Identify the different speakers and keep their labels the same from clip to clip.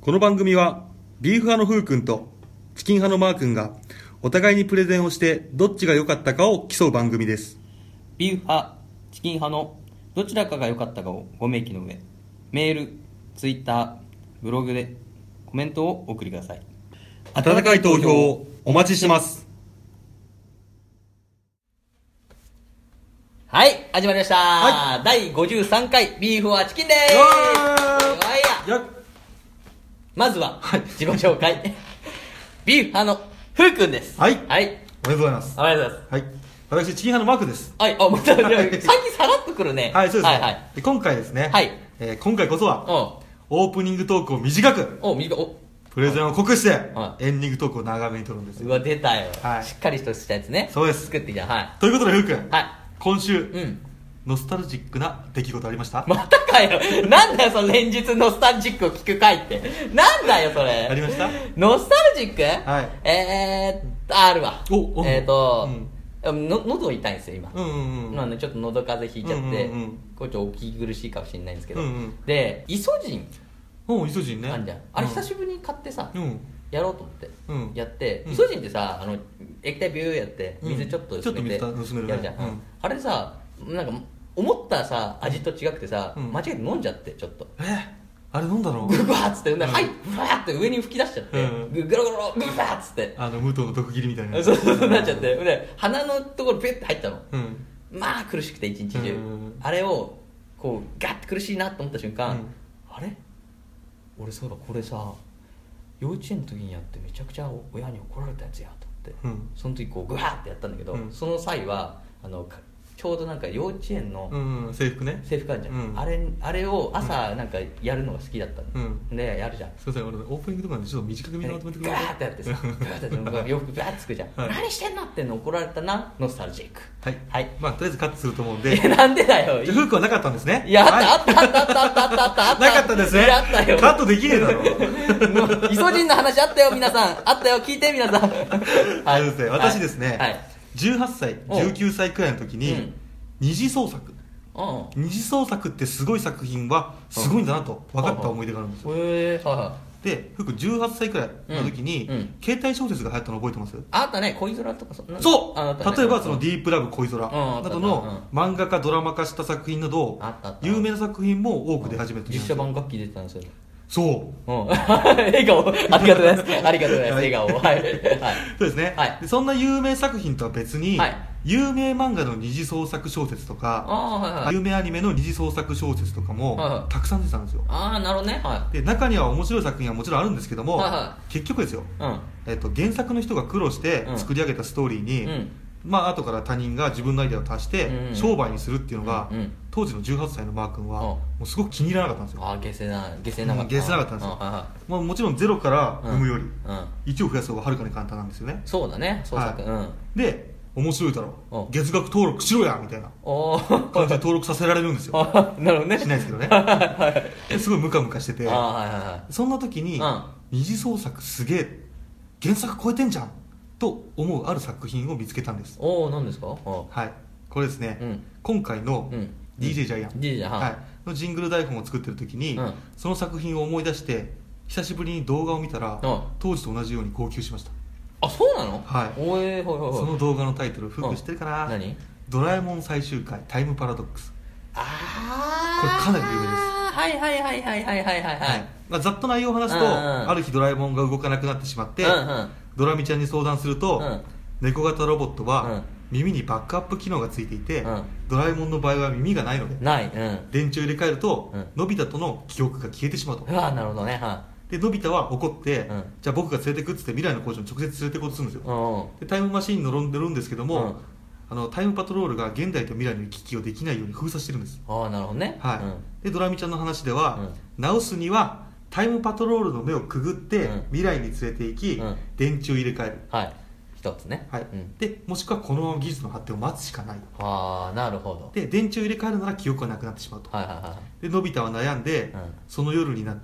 Speaker 1: この番組はビーフ派のふうくんとチキン派のマーくんがお互いにプレゼンをしてどっちが良かったかを競う番組です
Speaker 2: ビーフ派、チキン派のどちらかが良かったかをご明記の上、メール、ツイッター、ブログでコメントをお送りください。
Speaker 1: 温かい投票をお待ちしてます
Speaker 2: はい、始まりました、第53回、ビーフはチキンです
Speaker 1: わー
Speaker 2: わいや
Speaker 1: や
Speaker 2: まずは、自己紹介。ビーフ派のふうくんです。
Speaker 1: はい
Speaker 2: はい。
Speaker 1: おめでとうございます
Speaker 2: ありがとうございます。
Speaker 1: はい私チキン派のマークです
Speaker 2: はい、あ、また、
Speaker 1: はい
Speaker 2: 最近さらっとくるね。
Speaker 1: はいそうです
Speaker 2: は
Speaker 1: ね、
Speaker 2: い、はい。
Speaker 1: で今回ですね、
Speaker 2: はい
Speaker 1: えー今回こそは
Speaker 2: お
Speaker 1: オープニングトークを短く
Speaker 2: うおう、短い、お、
Speaker 1: プレゼンを濃くして、
Speaker 2: は
Speaker 1: エンディングトークを長めに撮るんです
Speaker 2: う
Speaker 1: よ
Speaker 2: わ、出たよ。
Speaker 1: はい
Speaker 2: しっかりとしたやつね。
Speaker 1: そうです
Speaker 2: 作ってきた、は
Speaker 1: ということでふうくん、
Speaker 2: い。はい。
Speaker 1: 今週、
Speaker 2: うん。
Speaker 1: ノスタルジックな出来事ありました、
Speaker 2: またかよ。なんだよ、その連日ノスタルジックを聞く回って。なんだよ、それ。
Speaker 1: ありました
Speaker 2: ノスタルジック
Speaker 1: はい
Speaker 2: えー、ああるわ。
Speaker 1: おお
Speaker 2: えっ、ー、と、の、喉痛いんですよ、今。
Speaker 1: うんうんうん
Speaker 2: 今ね、ちょっと喉風邪ひいちゃって、
Speaker 1: うんうんうん
Speaker 2: これちょっとお聞き苦しいかもしれないんですけど。
Speaker 1: うんうん
Speaker 2: で、イソジン
Speaker 1: うんイソジンね
Speaker 2: あんじゃん。あれ久
Speaker 1: し
Speaker 2: しぶりに買ってさ、
Speaker 1: ぶりうん
Speaker 2: やろうと思って、
Speaker 1: うん
Speaker 2: やって、
Speaker 1: うん
Speaker 2: イソジンってさあの液体ビューやって
Speaker 1: うん
Speaker 2: 水ちょっと薄めて、
Speaker 1: ちょっと水薄めるね
Speaker 2: やるじゃん、
Speaker 1: うん
Speaker 2: あれさなんか思ったさ味と違くてさ、
Speaker 1: うん
Speaker 2: 間違えて飲んじゃってちょっと
Speaker 1: えあれ飲んだ の
Speaker 2: ググワーっつって、
Speaker 1: ん
Speaker 2: はいふわーって上に吹き出しちゃって、
Speaker 1: うん
Speaker 2: ググログログワーっつって、
Speaker 1: あの武藤の毒斬りみたいなやつ
Speaker 2: そうそうそうなっちゃって、で鼻のところピュッて入ったの
Speaker 1: うん
Speaker 2: まあ苦しくて一日中、
Speaker 1: うん
Speaker 2: あれをこうガッて苦しいなと思った瞬間、
Speaker 1: うん
Speaker 2: あれ俺そうだこれさ幼稚園の時にやってめちゃくちゃ親に怒られたやつやと思っ
Speaker 1: う
Speaker 2: て、
Speaker 1: ん
Speaker 2: その時こうグワーってやったんだけど、
Speaker 1: うん
Speaker 2: その際はあのかちょうどなんか幼稚園の
Speaker 1: うんうん制服ね
Speaker 2: 制服あるじゃん、
Speaker 1: うん
Speaker 2: あれあれを朝なんかやるのが好きだったの、
Speaker 1: う
Speaker 2: でやるじゃん
Speaker 1: すいません俺オープニングとかでちょっと短く見
Speaker 2: ガ
Speaker 1: まと
Speaker 2: ー
Speaker 1: めてく
Speaker 2: ッてやってさガーッてやってさ洋服ガーッてつくじゃん、
Speaker 1: はい
Speaker 2: 何してんのってんの怒られたなノスタルジック
Speaker 1: はい
Speaker 2: はい
Speaker 1: まあとりあえずカットすると思うんで
Speaker 2: え なんでだよ
Speaker 1: じゃあフークはなかったんですね
Speaker 2: いや、
Speaker 1: はい
Speaker 2: あった、あった、あった、あった、あった、あった、あった。
Speaker 1: なかったですね
Speaker 2: いやあったよ。
Speaker 1: カットできねえだ ろ
Speaker 2: のイソジンの話あったよ、皆さん。あったよ、聞いて、皆さん。は
Speaker 1: そうですね私ですね、
Speaker 2: はい。
Speaker 1: 18歳
Speaker 2: お
Speaker 1: 19歳くらいの時に、
Speaker 2: うん
Speaker 1: 二次創作
Speaker 2: うん。
Speaker 1: 二次創作ってすごい作品はすごいんだなと分かった思い出があるんですよ
Speaker 2: へえ、はいはい。
Speaker 1: でフーク18歳くらいの時に、
Speaker 2: うんうん
Speaker 1: 携帯小説が流行ったの覚えてます
Speaker 2: あったね、恋空とかそんなのああ
Speaker 1: そ
Speaker 2: ったね
Speaker 1: う例えばその「ディープラブ恋空」
Speaker 2: ん
Speaker 1: などの漫画化ドラマ化した作品など
Speaker 2: あったあった
Speaker 1: 有名な作品も多く出始めてるんで
Speaker 2: 実
Speaker 1: す
Speaker 2: 写
Speaker 1: よ
Speaker 2: 版楽器出てたんですよ。
Speaker 1: そう
Speaker 2: うん。笑顔、ありがとうございます。ありがとうございます。
Speaker 1: はい
Speaker 2: 笑顔。はい。はい。
Speaker 1: そうですね、
Speaker 2: はい
Speaker 1: でそんな有名作品とは別に、
Speaker 2: はい
Speaker 1: 有名漫画の二次創作小説と
Speaker 2: あ
Speaker 1: か
Speaker 2: あ、はいはい。
Speaker 1: 有名アニメの二次創作小説とか
Speaker 2: はいは
Speaker 1: も
Speaker 2: い
Speaker 1: たくさん出てたんですよ
Speaker 2: ああ、なるほどね。は
Speaker 1: で中には面白い作品はもちろんあるんですけども、
Speaker 2: はいは
Speaker 1: 結局ですよ、
Speaker 2: い。うん。
Speaker 1: えっと、原作の人が苦労して
Speaker 2: うん
Speaker 1: 作り上げたストーリーに、
Speaker 2: うん
Speaker 1: まあ後から他人が自分のアイデアを足して
Speaker 2: うん
Speaker 1: 商売にするっていうのが、
Speaker 2: うんうん
Speaker 1: 当時の18歳のマー君は
Speaker 2: うん
Speaker 1: もうすごく気に入らなかったんですよ、
Speaker 2: ああ、下世な、下世なかった。
Speaker 1: うん下世なかったんですよ
Speaker 2: うはいはい。
Speaker 1: まあ、もちろんゼロから
Speaker 2: うん
Speaker 1: 生むより
Speaker 2: うん
Speaker 1: 1を増やす方がはるかに簡単なんですよね
Speaker 2: そうだね創作、
Speaker 1: は
Speaker 2: うん
Speaker 1: で面白いだろ
Speaker 2: うん
Speaker 1: 月額登録しろやみた いな
Speaker 2: おー
Speaker 1: 感じで登録させられるんですよ
Speaker 2: あ なるほどね
Speaker 1: しないですけどねすごいムカムカしてて
Speaker 2: あはいはいはい
Speaker 1: そんな時に
Speaker 2: うん
Speaker 1: 二次創作すげえ原作超えてんじゃんと思うある作品を見つけたんです
Speaker 2: おお何ですかお
Speaker 1: はいこれですね、
Speaker 2: うん
Speaker 1: 今回の
Speaker 2: うん
Speaker 1: DJ ジャイアン、
Speaker 2: DJ ジャイアン
Speaker 1: はい、のジングル台本を作ってる時に、
Speaker 2: うん
Speaker 1: その作品を思い出して久しぶりに動画を見たら、
Speaker 2: うん
Speaker 1: 当時と同じように号泣しました
Speaker 2: あそうなの
Speaker 1: はい
Speaker 2: おえほいほいほい
Speaker 1: その動画のタイトルフック知ってるかな、
Speaker 2: 何
Speaker 1: ドラえもん最終回タイムパラドックス、
Speaker 2: ああ
Speaker 1: これかなり有名です
Speaker 2: はいはいはいはいはいはいはいはい
Speaker 1: まあ、ざっと内容を話すと、
Speaker 2: うんうん
Speaker 1: ある日ドラえもんが動かなくなってしまって、
Speaker 2: うんうん
Speaker 1: ドラミちゃんに相談すると、
Speaker 2: うん
Speaker 1: 猫型ロボット
Speaker 2: う
Speaker 1: は
Speaker 2: ん
Speaker 1: 耳にバックアップ機能がついていて、
Speaker 2: うん
Speaker 1: ドラえもんの場合は耳がないので
Speaker 2: ないうん
Speaker 1: 電柱を入れ替えると、
Speaker 2: うん
Speaker 1: のび太との記憶が消えてしまうと
Speaker 2: うわなるほどねは
Speaker 1: でのび太は怒って、
Speaker 2: うん
Speaker 1: じゃあ僕が連れてくっつって未来の工場に直接連れてこうとするんです
Speaker 2: い
Speaker 1: よ、
Speaker 2: うん
Speaker 1: でタイムマシーンに乗んでるんですけども、
Speaker 2: うん
Speaker 1: あのタイムパトロールが現代と未来の行き来をできないように封鎖してるんです、
Speaker 2: ああなるほどね
Speaker 1: はい
Speaker 2: うん
Speaker 1: でドラミちゃんの話では、
Speaker 2: うん
Speaker 1: 直すにはタイムパトロールの目をくぐって、
Speaker 2: うん
Speaker 1: 未来に連れて行き、
Speaker 2: うん
Speaker 1: 電柱を入れ替える、
Speaker 2: はい一つね
Speaker 1: はい
Speaker 2: うん
Speaker 1: でもしくはこのまま技術の発展を待つしかない
Speaker 2: ああなるほど
Speaker 1: で電柱を入れ替えるなら記憶がなくなってしまうと
Speaker 2: はいはいは
Speaker 1: でのび太は悩んで、
Speaker 2: うん
Speaker 1: その夜にな
Speaker 2: いう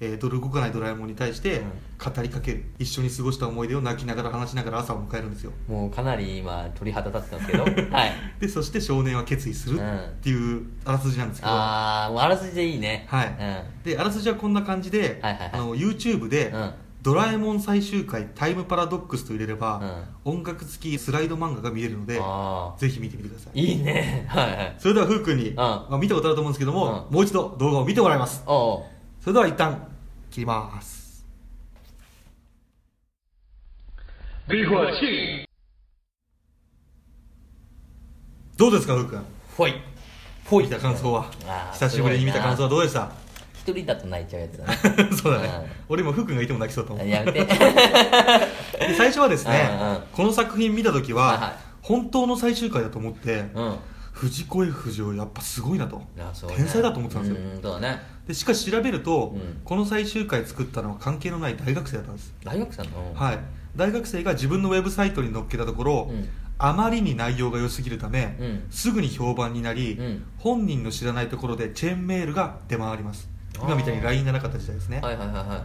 Speaker 1: えードル動かないドラえもんに対して語りかける、一緒に過ごした思い出を泣きながら話しながら朝を迎えるんですよ
Speaker 2: もうかなり今鳥肌立ってますけど はい
Speaker 1: でそして少年は決意するっていうあらすじなんですけど、
Speaker 2: ああもうあらすじでいいね
Speaker 1: はい
Speaker 2: うん
Speaker 1: であらすじはこんな感じで、
Speaker 2: はいはいはい
Speaker 1: あの YouTube で、
Speaker 2: うん
Speaker 1: ドラえもん最終回タイムパラドックス」と入れれば、音楽付きスライド漫画が見れるので
Speaker 2: あ
Speaker 1: ぜひ見てみてください
Speaker 2: いいね はいはい
Speaker 1: それではふうくんに、
Speaker 2: ん
Speaker 1: まあ、見たことあると思うんですけども、もう一度動画を見てもらいます
Speaker 2: おうおう
Speaker 1: それでは一旦切りますどうですかふうくん
Speaker 2: ほい
Speaker 1: ぽい見た感想は
Speaker 2: あー
Speaker 1: 久しぶりに見た感想はどうでした
Speaker 2: 一人だと泣いちゃうやつだね
Speaker 1: そうだね、
Speaker 2: うん
Speaker 1: 俺もふうくんがいても泣きそうだと思う
Speaker 2: やめて
Speaker 1: で最初はですね、
Speaker 2: うんうん
Speaker 1: この作品見た時
Speaker 2: はいはい
Speaker 1: は本当の最終回だと思って、
Speaker 2: うん
Speaker 1: 藤子 F 不二雄やっぱすごいなと
Speaker 2: あそうね
Speaker 1: 天才だと思ってたんですよ
Speaker 2: うんそうだね
Speaker 1: でしかし調べると、
Speaker 2: うん
Speaker 1: この最終回作ったのは関係のない大学生だったんです、
Speaker 2: 大学生なの
Speaker 1: はい大学生が自分のウェブサイトに載っけたところ、
Speaker 2: うん
Speaker 1: あまりに内容が良すぎるため、
Speaker 2: うん
Speaker 1: すぐに評判になり、
Speaker 2: うん
Speaker 1: 本人の知らないところでチェーンメールが出回ります今みたいに LINE がなかった時代ですね、
Speaker 2: はいはいはいは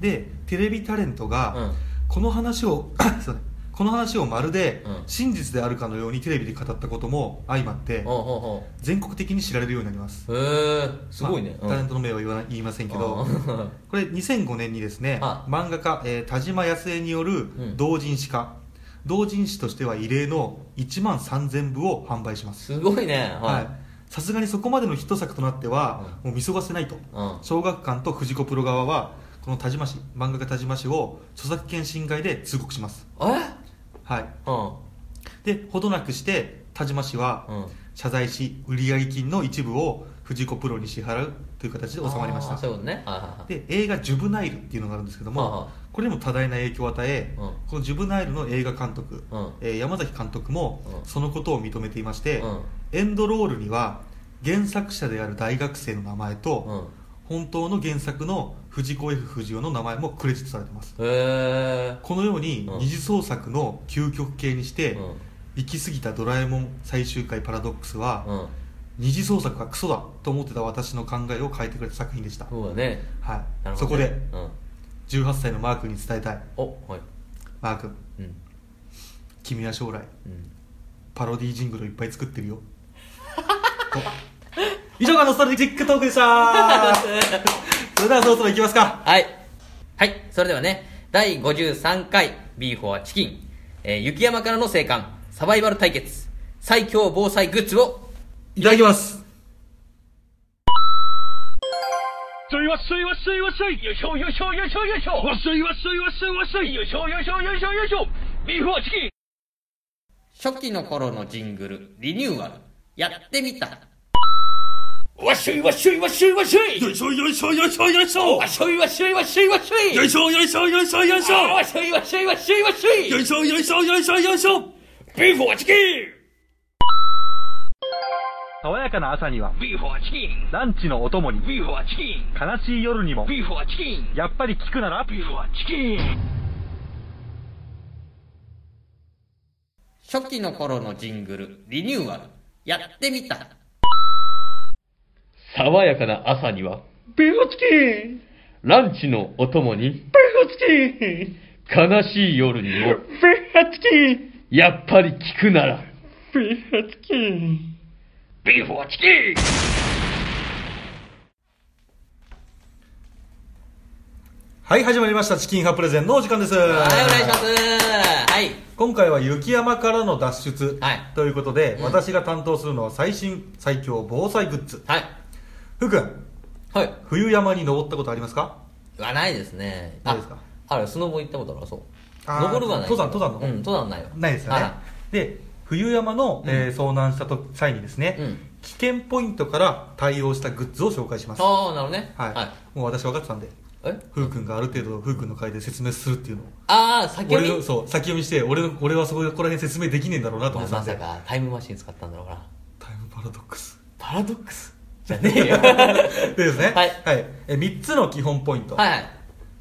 Speaker 1: でテレビタレントが、
Speaker 2: うん
Speaker 1: この話を すいませんこの話をまるで
Speaker 2: うん
Speaker 1: 真実であるかのようにテレビで語ったことも相まって、
Speaker 2: いおうおうお
Speaker 1: 全国的に知られるようになります
Speaker 2: うへえすごいね
Speaker 1: まあタレントの名は言わない言いませんけど
Speaker 2: う ん
Speaker 1: これ2005年にですね
Speaker 2: あ
Speaker 1: 漫画家、えー田島康江による
Speaker 2: ん
Speaker 1: 同人誌化、同人誌としては異例の1万3000部を販売します
Speaker 2: すごいねは
Speaker 1: はいいさすがにそこまでのヒット作となっては、もう見過ごせないと、
Speaker 2: うん
Speaker 1: 小学館と藤子プロ側はこの田島氏漫画家田島氏を著作権侵害で通告します
Speaker 2: え
Speaker 1: はい
Speaker 2: うん
Speaker 1: でほどなくして田島氏は
Speaker 2: うん
Speaker 1: 謝罪し売上金の一部を藤子プロに支払うという形で収まりまし
Speaker 2: あー
Speaker 1: た
Speaker 2: そういうことねはいはいはい
Speaker 1: で映画「ジュブナイル」っていうのがあるんですけど
Speaker 2: はあは
Speaker 1: もこれにも多大な影響を与え、
Speaker 2: うん
Speaker 1: この「ジュブナイル」の映画監督、
Speaker 2: うん
Speaker 1: えー山崎監督も
Speaker 2: うん
Speaker 1: そのことを認めていまして、
Speaker 2: うん
Speaker 1: エンドロールには原作者である大学生の名前と、本当の原作の藤子 F 不二雄の名前もクレジットされてます
Speaker 2: へえ
Speaker 1: このように
Speaker 2: うん
Speaker 1: 二次創作の究極形にして、
Speaker 2: うん
Speaker 1: 行き過ぎた「ドラえもん最終回パラドックスは」
Speaker 2: うん
Speaker 1: 二次創作がクソだと思ってた私の考えを変えてくれた作品でした、
Speaker 2: そうだね
Speaker 1: は、
Speaker 2: ないる
Speaker 1: そ
Speaker 2: ほ
Speaker 1: こ
Speaker 2: どね
Speaker 1: で
Speaker 2: うん
Speaker 1: 18歳のマー君に伝えたい
Speaker 2: おはい
Speaker 1: マー君
Speaker 2: うん
Speaker 1: 君は将来
Speaker 2: うん
Speaker 1: パロディジングルをいっぱい作ってる よと以上がノスタルジックトークでした それではそろそろ行きますか
Speaker 2: はい。はい。それではね、第53回ビーフォアチキン、えー雪山からの生還、サバイバル対決、最強防災グッズを、
Speaker 1: いただきます
Speaker 3: わっしょいわっしょいわっしょいわっしょいよいしょよいしょよいしょよいしょわっしょいわっしょいわっしょいわっしょいよいしょよいしょよいしょよいしょビーフはチキン
Speaker 2: 初期の頃のジングル、リニューアル、やってみた。
Speaker 3: わっしょいわっしょいわっしょいわっしょいよいしょよいしょよいしょよいしょ
Speaker 2: わっしょいわっしょいわっしょいわっしょい
Speaker 3: よいしょよいしょよいしょよいしょ
Speaker 2: わっしょいわっしょいわっしょいわっしょい
Speaker 3: よいしょよいしょよいしょよいしょビーフはチキン
Speaker 1: 爽やかな朝には
Speaker 3: ビーフはチキン
Speaker 1: ランチのお供に
Speaker 3: ビーフはチキン
Speaker 1: 悲しい夜にも
Speaker 3: ビーフはチキン
Speaker 1: やっぱり聞くなら
Speaker 3: ビーフはチキン
Speaker 2: 初期の頃のジングル、リニューアル、やってみた。
Speaker 4: 爽やかな朝には、ビーフチキンランチのお供に、ビーフチキン悲しい夜にも、ビーフチキンやっぱり聞くなら、
Speaker 3: ビーフはチキン
Speaker 1: はい始まりましたチキン派プレゼンのお時間ですはい
Speaker 2: はい、お願いします。はい。
Speaker 1: 今回は雪山からの脱出
Speaker 2: はい
Speaker 1: ということで、私が担当するのは最新最強防災グッズ
Speaker 2: はい。
Speaker 1: 福君
Speaker 2: はい。
Speaker 1: 冬山に登ったことありますか
Speaker 2: はないですね。
Speaker 1: ないですか
Speaker 2: あ、あれ、スノボ行ったことあるそう。
Speaker 1: あー
Speaker 2: 登るはない。
Speaker 1: 登山登山の方
Speaker 2: うん、登山ないわ。
Speaker 1: ないですよね
Speaker 2: あ
Speaker 1: で冬山の、えー遭難したと際にですね、
Speaker 2: うん
Speaker 1: 危険ポイントから対応したグッズを紹介しますは
Speaker 2: あー、なるほどね。
Speaker 1: い、もう私分かってたんで
Speaker 2: え
Speaker 1: 風君がある程度風君の回で説明するっていうのを
Speaker 2: ああ、先
Speaker 1: 俺
Speaker 2: 読
Speaker 1: の
Speaker 2: み。
Speaker 1: そう先読みして俺の俺はそこら辺説明できねえんだろうなと
Speaker 2: ま
Speaker 1: 思
Speaker 2: あ
Speaker 1: ってた
Speaker 2: ま
Speaker 1: んで、
Speaker 2: さかタイムマシン使ったんだろうな。
Speaker 1: タイムパラドックス
Speaker 2: パラドックスじゃねえ よ。は
Speaker 1: でですね、
Speaker 2: はい
Speaker 1: え3つの基本ポイント、
Speaker 2: いはい。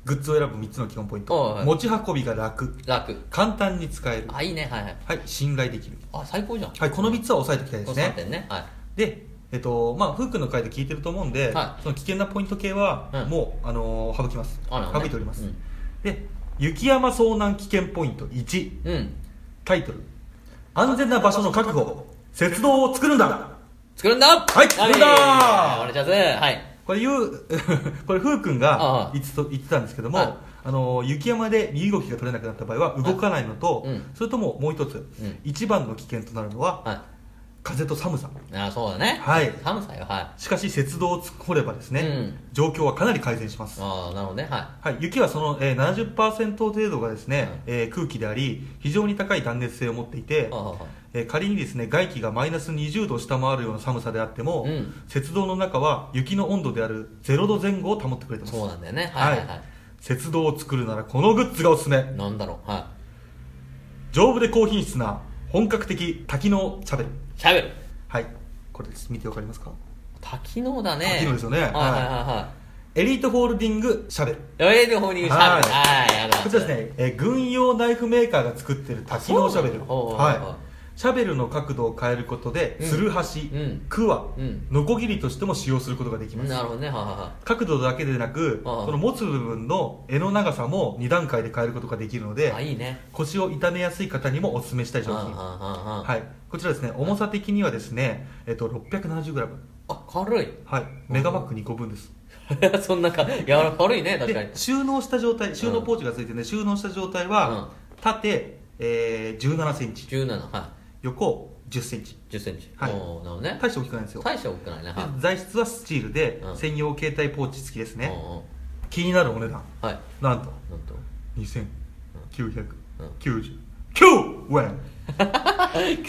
Speaker 1: グッズを選ぶ3つの基本ポイント、
Speaker 2: おうはい
Speaker 1: 持ち運びが楽
Speaker 2: 楽。
Speaker 1: 簡単に使える、
Speaker 2: あ、いいね。はいはい。
Speaker 1: はい、信頼できる、
Speaker 2: あ、最高じゃん。
Speaker 1: はい、この3つは押さえておきたいで
Speaker 2: こ
Speaker 1: す
Speaker 2: の3
Speaker 1: ね
Speaker 2: 点ね。はい。
Speaker 1: で、えっとまあ、フックの回で聞いてると思うんで、
Speaker 2: はい
Speaker 1: その危険なポイント系は
Speaker 2: うん
Speaker 1: もう、あのー省きます、
Speaker 2: あなるほどね
Speaker 1: 省いております、
Speaker 2: うん
Speaker 1: で雪山遭難危険ポイント1
Speaker 2: うん。
Speaker 1: タイトル安全な場所の確保雪道を作るんだ
Speaker 2: 作るんだ
Speaker 1: はい
Speaker 2: 作
Speaker 1: 作
Speaker 2: る
Speaker 1: る
Speaker 2: ん
Speaker 1: ん
Speaker 2: だ
Speaker 1: だ
Speaker 2: お願いします。はい。
Speaker 1: これ言う これふうくん
Speaker 2: ああ
Speaker 1: が言ってと言ってたんですけども、
Speaker 2: はい
Speaker 1: あの雪山で身動きが取れなくなった場合は動かないのと、
Speaker 2: はいうん
Speaker 1: それとももう一つ、
Speaker 2: ん
Speaker 1: 一番の危険となるのは、
Speaker 2: は
Speaker 1: 風と寒さ
Speaker 2: い。あそうだね。
Speaker 1: はい
Speaker 2: 寒さよ、はい。
Speaker 1: しかし雪道を掘ればですね、
Speaker 2: うん
Speaker 1: 状況はかなり改善します
Speaker 2: ああ、なるほどね。は
Speaker 1: はい、雪はその、えー、70%程度がですね、
Speaker 2: はい
Speaker 1: えー空気であり非常に高い断熱性を持ってい
Speaker 2: い。
Speaker 1: て
Speaker 2: は、あはあは
Speaker 1: えー仮にですね外気がマイナス20度を下回るような寒さであっても、
Speaker 2: うん
Speaker 1: 雪道の中は雪の温度である0度前後を保ってくれて
Speaker 2: あ
Speaker 1: ます
Speaker 2: そうなんだよね。は
Speaker 1: は
Speaker 2: いはいいは
Speaker 1: 雪道を作るならこのグッズがおすすめ
Speaker 2: い。なんだろう。は
Speaker 1: 丈夫で高品質な本格的多機能チャベル
Speaker 2: い。しゃべる。
Speaker 1: はいこれです見てわかりますか
Speaker 2: 多機能だね。
Speaker 1: 多機能ですよね
Speaker 2: はいはいは
Speaker 1: エリートホールディングシャベル
Speaker 2: いはい。エイドホーニングしゃべる。
Speaker 1: は
Speaker 2: はい。ありが
Speaker 1: こ
Speaker 2: とう
Speaker 1: ち
Speaker 2: ご
Speaker 1: ら
Speaker 2: ざいます
Speaker 1: ですね、えー軍用ナイフメーカーが作っている多機能シャベル
Speaker 2: あそうなのほうほうほう
Speaker 1: はいシャベルの角度を変えることで、
Speaker 2: うん
Speaker 1: つるはし、
Speaker 2: うん
Speaker 1: くわ、
Speaker 2: うん
Speaker 1: のこぎりとしても使用することができます
Speaker 2: なるほどね。はいはいは
Speaker 1: 角度だけでなく
Speaker 2: ああ
Speaker 1: この持つ部分の柄の長さも2段階で変えることができるの
Speaker 2: い。
Speaker 1: で
Speaker 2: あ、いいね。
Speaker 1: 腰を痛めやすい方にもおすすめしたい商品は
Speaker 2: ああ
Speaker 1: いこちらですね重さ的にはですね、えっと、670g
Speaker 2: ああ軽い
Speaker 1: はいメガバッグ2個分です
Speaker 2: そんなか柔らか軽いね確かに
Speaker 1: で収納した状態収納ポーチがついてるんで収納した状態は、縦、えー、1 7ンチ
Speaker 2: 17は
Speaker 1: 横1 0ンチ
Speaker 2: い1 0ンチ
Speaker 1: はい
Speaker 2: おーなるほどね
Speaker 1: 大して大きくないんですよ
Speaker 2: 大して大きくないねは
Speaker 1: で材質はスチールで、
Speaker 2: うん
Speaker 1: 専用携帯ポーチ付きです
Speaker 2: い
Speaker 1: ね
Speaker 2: おーお
Speaker 1: 気になるお値段
Speaker 2: ーはい
Speaker 1: なんと
Speaker 2: なん と
Speaker 1: 2999円
Speaker 2: 今日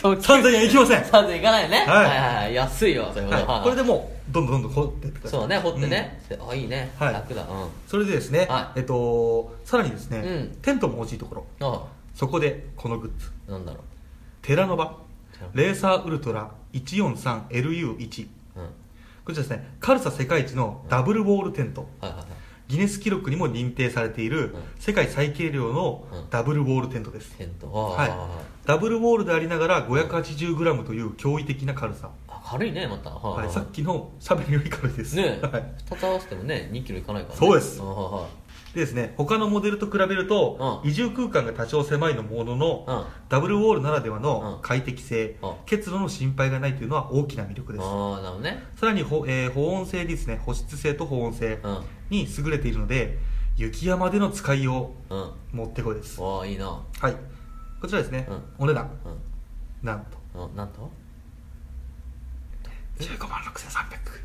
Speaker 1: 3000円いきません、は
Speaker 2: 3000いかないよね はい
Speaker 1: はい
Speaker 2: はいはい安いよそういうことはい
Speaker 1: い、これでもうどんどんどんどん掘ってってください
Speaker 2: そうね掘ってねあいいね
Speaker 1: はい
Speaker 2: 楽だうん
Speaker 1: それでですね、
Speaker 2: は
Speaker 1: え
Speaker 2: い
Speaker 1: っとさらにですね、
Speaker 2: うん
Speaker 1: テントも欲しいところ
Speaker 2: あ
Speaker 1: そこでこのグッズ
Speaker 2: あなんだろ
Speaker 1: 寺の場
Speaker 2: 寺
Speaker 1: レーサーウルトラ 143LU1
Speaker 2: ううん
Speaker 1: こちらですね軽さ世界一のダブルウォールテント
Speaker 2: はいはいはい
Speaker 1: ギネス記録にも認定されている
Speaker 2: うん
Speaker 1: 世界最軽量の
Speaker 2: うん
Speaker 1: ダブルウォールテントです、
Speaker 2: テント
Speaker 1: はい
Speaker 2: あ、
Speaker 1: ダブルウォールでありながら 580g という驚異的な軽さ、
Speaker 2: ああ軽いねまたは
Speaker 1: はいい、
Speaker 2: はい
Speaker 1: さっきのしゃべるより軽いです、
Speaker 2: ね
Speaker 1: はい、
Speaker 2: 2つ合わせてもね2キロいかないからね
Speaker 1: そうです
Speaker 2: ああはい
Speaker 1: でですね他のモデルと比べると、
Speaker 2: うん
Speaker 1: 移住空間が多少狭いのものの、
Speaker 2: うん
Speaker 1: ダブルウォールならでは
Speaker 2: う
Speaker 1: の
Speaker 2: ん
Speaker 1: 快適性、
Speaker 2: うん
Speaker 1: 結露の心配がないというのは大きな魅力です、
Speaker 2: ああなるほどね
Speaker 1: さらに保,、えー保温性ですね保湿性と保温性
Speaker 2: うん
Speaker 1: に優れているので雪山での使いよ
Speaker 2: うん
Speaker 1: うもってこいです
Speaker 2: わあいいな
Speaker 1: はいこちらですね、
Speaker 2: うん
Speaker 1: お値段
Speaker 2: うん
Speaker 1: なんと
Speaker 2: うん、なんと
Speaker 1: 15万6305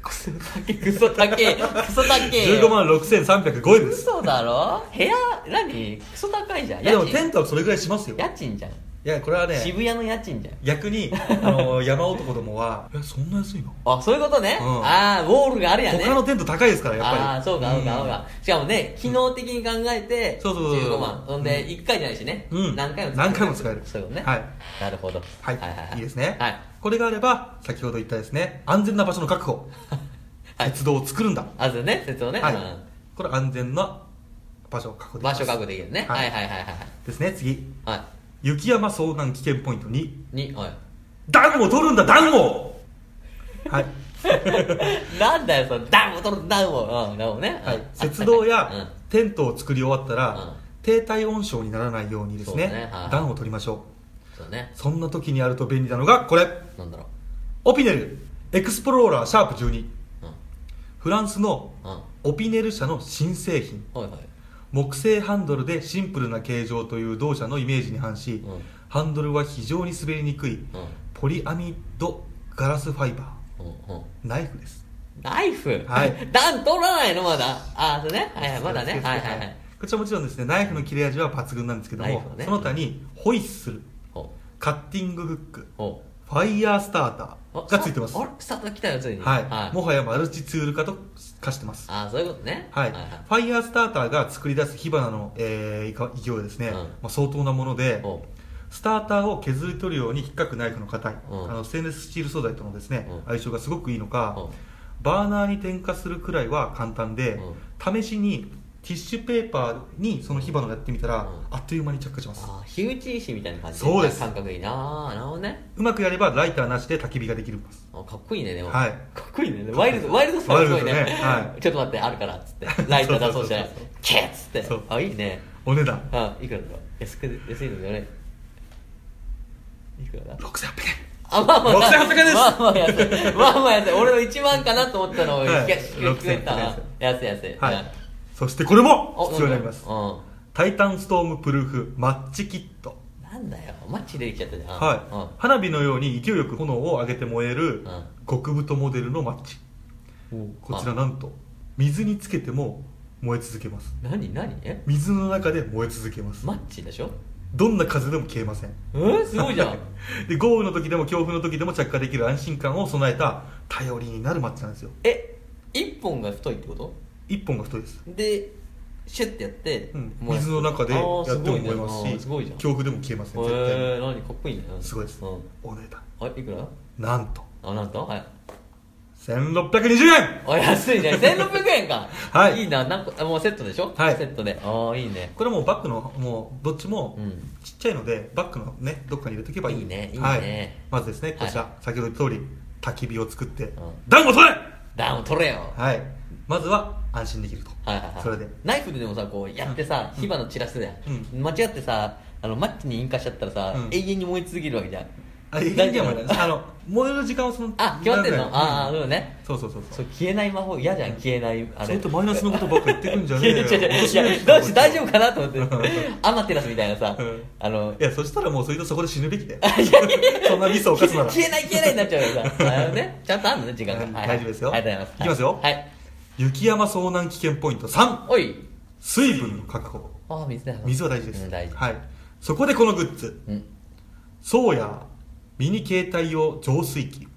Speaker 2: クソ高けクソ高けクソ高け
Speaker 1: 円15万6305円です
Speaker 2: 嘘だろ部屋何クソ高いじゃん
Speaker 1: いやでも
Speaker 2: 家
Speaker 1: テ
Speaker 2: 賃
Speaker 1: ントはそれぐらいしますよ
Speaker 2: 家賃じゃん、
Speaker 1: いやこれはね
Speaker 2: 渋谷の家賃じゃん
Speaker 1: 逆にあの山男どもは えそんな安いの
Speaker 2: あそういうことね、
Speaker 1: うん
Speaker 2: ああウォールがあるやね
Speaker 1: 他のテント高いですからやっぱり
Speaker 2: ああそうかそうかそう
Speaker 1: うん
Speaker 2: かしかもね機能的に考えて
Speaker 1: そうそうそうそう
Speaker 2: 15万そんで
Speaker 1: う
Speaker 2: 1回じゃないしね、
Speaker 1: うん
Speaker 2: 何回も
Speaker 1: 何回も使える
Speaker 2: そういうことね、
Speaker 1: はい
Speaker 2: なるほど
Speaker 1: はい、
Speaker 2: はい
Speaker 1: い、いですね、
Speaker 2: はい
Speaker 1: これがあれば先ほど言ったですね安全な場所の確保、
Speaker 2: はい
Speaker 1: 鉄道を作るんだ、
Speaker 2: あとね説をね、
Speaker 1: はい
Speaker 2: うん
Speaker 1: これ安全な場所を確保でき
Speaker 2: 場
Speaker 1: ます
Speaker 2: 所確保できるね、は、
Speaker 1: はいい
Speaker 2: はいはいはい
Speaker 1: ですね次
Speaker 2: はいは
Speaker 1: 雪山遭難危険ポイント2
Speaker 2: いにおい
Speaker 1: 暖を取るんだ暖をはい、
Speaker 2: なんだよそのダンを取るダンをうんダンをね、
Speaker 1: は
Speaker 2: うん
Speaker 1: い、雪道
Speaker 2: うん
Speaker 1: やテントを作り終わったら、
Speaker 2: うん
Speaker 1: 低体温症にならないようにですね
Speaker 2: そうだねはい
Speaker 1: 暖を取りましょ
Speaker 2: そうね
Speaker 1: うそんな時にあると便利なのがこれ
Speaker 2: なんだろ
Speaker 1: オピネルエクスプローラーシャープ12
Speaker 2: ううん
Speaker 1: フランスの
Speaker 2: うんは
Speaker 1: オピネル社の新製品
Speaker 2: いはい
Speaker 1: 木製ハンドルでシンプルな形状という同社のイメージに反し、
Speaker 2: うん
Speaker 1: ハンドルは非常に滑りにくいポリアミドガラスファイバ
Speaker 2: うんうんうん
Speaker 1: ーナイフです
Speaker 2: ナイフ
Speaker 1: はい
Speaker 2: 弾取らないのまだああそれねはいはいまだねはいはいはい
Speaker 1: こちらもちろんですねナイフの切れ味は抜群なんですけど
Speaker 2: ナイ
Speaker 1: も
Speaker 2: フ、はね
Speaker 1: その他にホイッスル
Speaker 2: ほ
Speaker 1: カッティングフック
Speaker 2: うほ
Speaker 1: ファイヤースタータ
Speaker 2: うあ
Speaker 1: ーがついてます
Speaker 2: あ
Speaker 1: は
Speaker 2: れスタート来たよついに
Speaker 1: いもはやマルチツール化と化してます
Speaker 2: ああそういうことね
Speaker 1: はい、ファイヤースターターが作り出す火花の、えー、勢いはですね、
Speaker 2: うん
Speaker 1: まあ、相当なもので
Speaker 2: ほ
Speaker 1: スターターを削り取るように引っかくナイフの硬い、
Speaker 2: うん
Speaker 1: あのステンレススチール素材とのですね、
Speaker 2: うん
Speaker 1: 相性がすごくいいのか、
Speaker 2: うん
Speaker 1: バーナーに点火するくらいは簡単で、試しにティッシュペーパーにその火花をやってみたら、
Speaker 2: うん
Speaker 1: あっという間に着火します
Speaker 2: あー火打ち石みたいな感じ
Speaker 1: そうです
Speaker 2: 感覚いいなあなるほどね
Speaker 1: うまくやればライターなしで焚き火ができるんです
Speaker 2: あかっこいいねでも、
Speaker 1: はい
Speaker 2: かっこいいねでもワイルドワイルドさがすごいね
Speaker 1: ワイルドねは
Speaker 2: ちょっと待ってあるからっつってライト出そうじゃ
Speaker 1: そうそうそ
Speaker 2: ない
Speaker 1: うそう
Speaker 2: ケッつって
Speaker 1: そう
Speaker 2: あいいね
Speaker 1: お値段
Speaker 2: あいくらだ安く安いのじゃないいくらだ
Speaker 1: 6800
Speaker 2: あまあまあ
Speaker 1: 6800です
Speaker 2: まあまあ安いまあまあ安い俺の1万かなと思ったのを引き
Speaker 1: はい
Speaker 2: 引き換えたわ
Speaker 1: 6800
Speaker 2: 安い安い
Speaker 1: 円はいそしてこれも必要になります
Speaker 2: うん
Speaker 1: タイタンストームプルーフマッチキット
Speaker 2: なんだよマッチ出てきちゃったじゃん
Speaker 1: はい、花火のように勢いよく炎を上げて燃える
Speaker 2: うん
Speaker 1: 極太モデルのマッチ
Speaker 2: うん
Speaker 1: こちら
Speaker 2: あ
Speaker 1: なんと水につけても燃え続けます
Speaker 2: 何何え
Speaker 1: 水の中で燃え続けます
Speaker 2: マッチでしょ
Speaker 1: どんな風でも消えません
Speaker 2: うんすごいじゃん
Speaker 1: で豪雨の時でも強風の時でも着火できる安心感を備えた頼りになるマッチなんですよ
Speaker 2: え一本が太いってこと
Speaker 1: 一本が太いです、
Speaker 2: でシュッてやって、
Speaker 1: うん
Speaker 2: 燃やす
Speaker 1: 水の中で
Speaker 2: あ
Speaker 1: や
Speaker 2: ー
Speaker 1: っても燃え
Speaker 2: すごいねあ
Speaker 1: ま
Speaker 2: ー
Speaker 1: す
Speaker 2: す
Speaker 1: し
Speaker 2: ごいじゃん
Speaker 1: 強風でも消えません絶対に、
Speaker 2: えー、何かっこいいね
Speaker 1: すごいです、
Speaker 2: うん、
Speaker 1: お値段
Speaker 2: あいくら
Speaker 1: なんと
Speaker 2: あなんとはい
Speaker 1: 1620円
Speaker 2: あ 安いね1600円か
Speaker 1: はい
Speaker 2: いいな何個あもうセットでしょ
Speaker 1: はい
Speaker 2: セットでああいいね
Speaker 1: これもうバッグのもうどっちも
Speaker 2: うん
Speaker 1: ちっちゃいのでバッグのねどっかに入れとけばいい
Speaker 2: いいねいいね
Speaker 1: はい、まずですねこちら、
Speaker 2: は
Speaker 1: 先ほど言った通り焚き火を作って、
Speaker 2: ん
Speaker 1: 暖を取れ
Speaker 2: ダウン取れよ
Speaker 1: はいまずは安心できると、
Speaker 2: はいはいはい、
Speaker 1: それで
Speaker 2: ナイフででもさこうやってさ、
Speaker 1: うん
Speaker 2: 火花散らすじゃん、
Speaker 1: う
Speaker 2: 間違ってさあのマッチに引火しちゃったらさ、
Speaker 1: うん
Speaker 2: 永遠に燃え続けるわけじゃん
Speaker 1: あいい
Speaker 2: 大
Speaker 1: で
Speaker 2: 丈
Speaker 1: も
Speaker 2: 夫
Speaker 1: ねあの燃える時間をその
Speaker 2: あ決まってんの
Speaker 1: うん
Speaker 2: ああそうね
Speaker 1: そうそうそうそ
Speaker 2: そうう消えない魔法嫌じゃん消えないあ
Speaker 1: そ
Speaker 2: れ
Speaker 1: れとマイナスのことばっか言ってくんじゃね
Speaker 2: い
Speaker 1: え
Speaker 2: や
Speaker 1: よ
Speaker 2: い やいやい
Speaker 1: 面白い
Speaker 2: や
Speaker 1: 人
Speaker 2: どうし大丈夫かなと思って
Speaker 1: うん
Speaker 2: アマテラスみたいなさ、
Speaker 1: うん
Speaker 2: あの
Speaker 1: いやそしたらもうそれとそこで死ぬべきだ よそんなミスを犯すなら
Speaker 2: 消えない消えないになっちゃうからさ あのねちゃんとあんのね時間が、
Speaker 1: うん
Speaker 2: はい
Speaker 1: 大丈夫ですよ
Speaker 2: ありがとうございます
Speaker 1: いきますよ
Speaker 2: はい
Speaker 1: 雪山遭難危険ポイント3
Speaker 2: おい
Speaker 1: 水分の確保
Speaker 2: あ水だよ
Speaker 1: 水は大事です、
Speaker 2: うん、大事、
Speaker 1: はい、そこでこのグッズ
Speaker 2: うん
Speaker 1: ソーヤーミニ携帯用浄水 器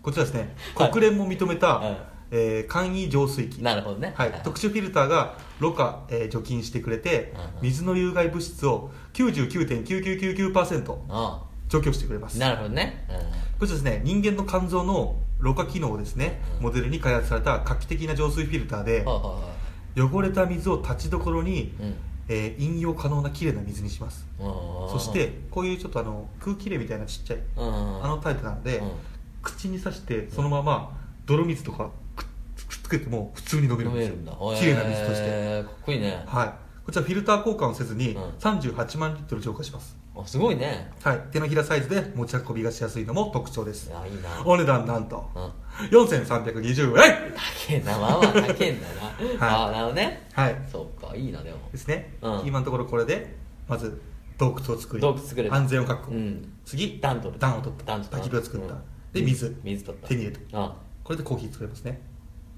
Speaker 1: こちらですね
Speaker 2: はい
Speaker 1: 国連も認めた、
Speaker 2: うん
Speaker 1: えー簡易浄水器
Speaker 2: なるほどね
Speaker 1: はい、特殊フィルターがろ過、えー除菌してくれて
Speaker 2: うんうん
Speaker 1: 水の有害物質を99.9999%
Speaker 2: あ
Speaker 1: 除去してくれます
Speaker 2: なるほどね、うん
Speaker 1: こちらですね人間の肝臓のろ過機能をですね
Speaker 2: うん
Speaker 1: モデルに開発された画期的な浄水フィルターで
Speaker 2: はいはいは
Speaker 1: 汚れた水を立ちどころに、
Speaker 2: いうん
Speaker 1: えー飲用可能なきれいな水にしますそ
Speaker 2: そ
Speaker 1: してこういうちょっとあの空気入れみたいなちっちゃい
Speaker 2: あ
Speaker 1: あのタイプなので、
Speaker 2: うん
Speaker 1: 口に刺してそのまま泥水とかくっくっつけても普通に飲める
Speaker 2: 飲
Speaker 1: んで
Speaker 2: め
Speaker 1: す
Speaker 2: る
Speaker 1: よ
Speaker 2: んだ
Speaker 1: 綺麗な水として
Speaker 2: へーかっこいいね
Speaker 1: はいこちらフィルター交換をせずに
Speaker 2: うん
Speaker 1: 38万リットル浄化します、
Speaker 2: あすごいね
Speaker 1: はい手のひらサイズで持ち運びがしやすいのも特徴です
Speaker 2: あいいな
Speaker 1: お値段なんと
Speaker 2: うん
Speaker 1: 4320円
Speaker 2: 高えなまあまあ高えんだなああなるほどね
Speaker 1: はい
Speaker 2: そうかいいなでも
Speaker 1: ですね、
Speaker 2: うん
Speaker 1: 今のところこれでまず洞窟を作り
Speaker 2: 洞窟作れた
Speaker 1: 安全を確保、
Speaker 2: うん
Speaker 1: 次
Speaker 2: 暖取る
Speaker 1: 暖を取った
Speaker 2: 暖取った
Speaker 1: 焚き火を作った、
Speaker 2: うん
Speaker 1: で水
Speaker 2: 水取った
Speaker 1: 手に入れた
Speaker 2: あ
Speaker 1: これでコーヒー作れますね、